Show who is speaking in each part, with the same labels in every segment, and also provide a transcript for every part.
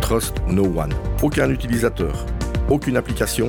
Speaker 1: Trust No One. Aucun utilisateur, aucune application,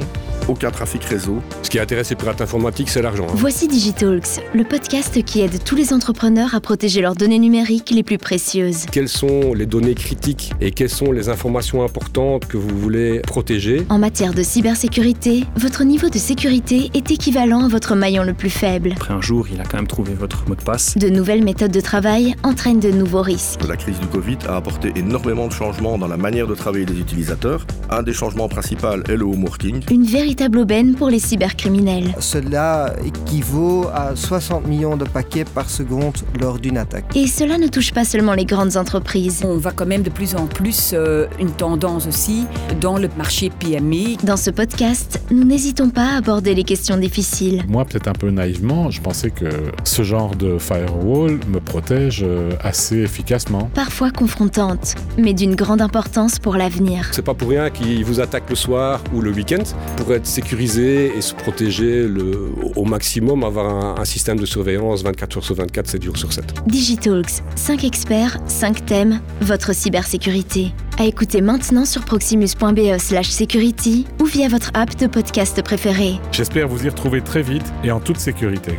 Speaker 1: aucun trafic réseau.
Speaker 2: Ce qui intéresse les pirates informatiques, c'est l'argent. hein.
Speaker 3: Voici Digitalks, le podcast qui aide tous les entrepreneurs à protéger leurs données numériques les plus précieuses.
Speaker 2: Quelles sont les données critiques et quelles sont les informations importantes que vous voulez protéger
Speaker 3: En matière de cybersécurité, votre niveau de sécurité est équivalent à votre maillon le plus faible.
Speaker 4: Après un jour, il a quand même trouvé votre mot de passe.
Speaker 3: De nouvelles méthodes de travail entraînent de nouveaux risques.
Speaker 1: La crise du Covid a apporté énormément de changements dans la manière de travailler des utilisateurs. Un des changements principaux est le home working.
Speaker 3: Une véritable aubaine pour les cybercriminels.
Speaker 5: Cela équivaut à 60 millions de paquets par seconde lors d'une attaque.
Speaker 3: Et cela ne touche pas seulement les grandes entreprises.
Speaker 6: On va quand même de plus en plus euh, une tendance aussi dans le marché PME.
Speaker 3: Dans ce podcast, nous n'hésitons pas à aborder les questions difficiles.
Speaker 7: Moi, peut-être un peu naïvement, je pensais que ce genre de firewall me protège euh, assez efficacement.
Speaker 3: Parfois confrontantes, mais d'une grande importance pour l'avenir.
Speaker 2: C'est pas pour rien qu'ils vous attaquent le soir ou le week-end pour être sécurisé et se protéger le- au maximum, avoir un, un système de surveillance 24 heures sur 24, 7 jours sur 7.
Speaker 3: Digitalks, 5 experts, 5 thèmes, votre cybersécurité. À écouter maintenant sur proximus.be E slash security ou via votre app de podcast préféré.
Speaker 7: J'espère vous y retrouver très vite et en toute sécurité.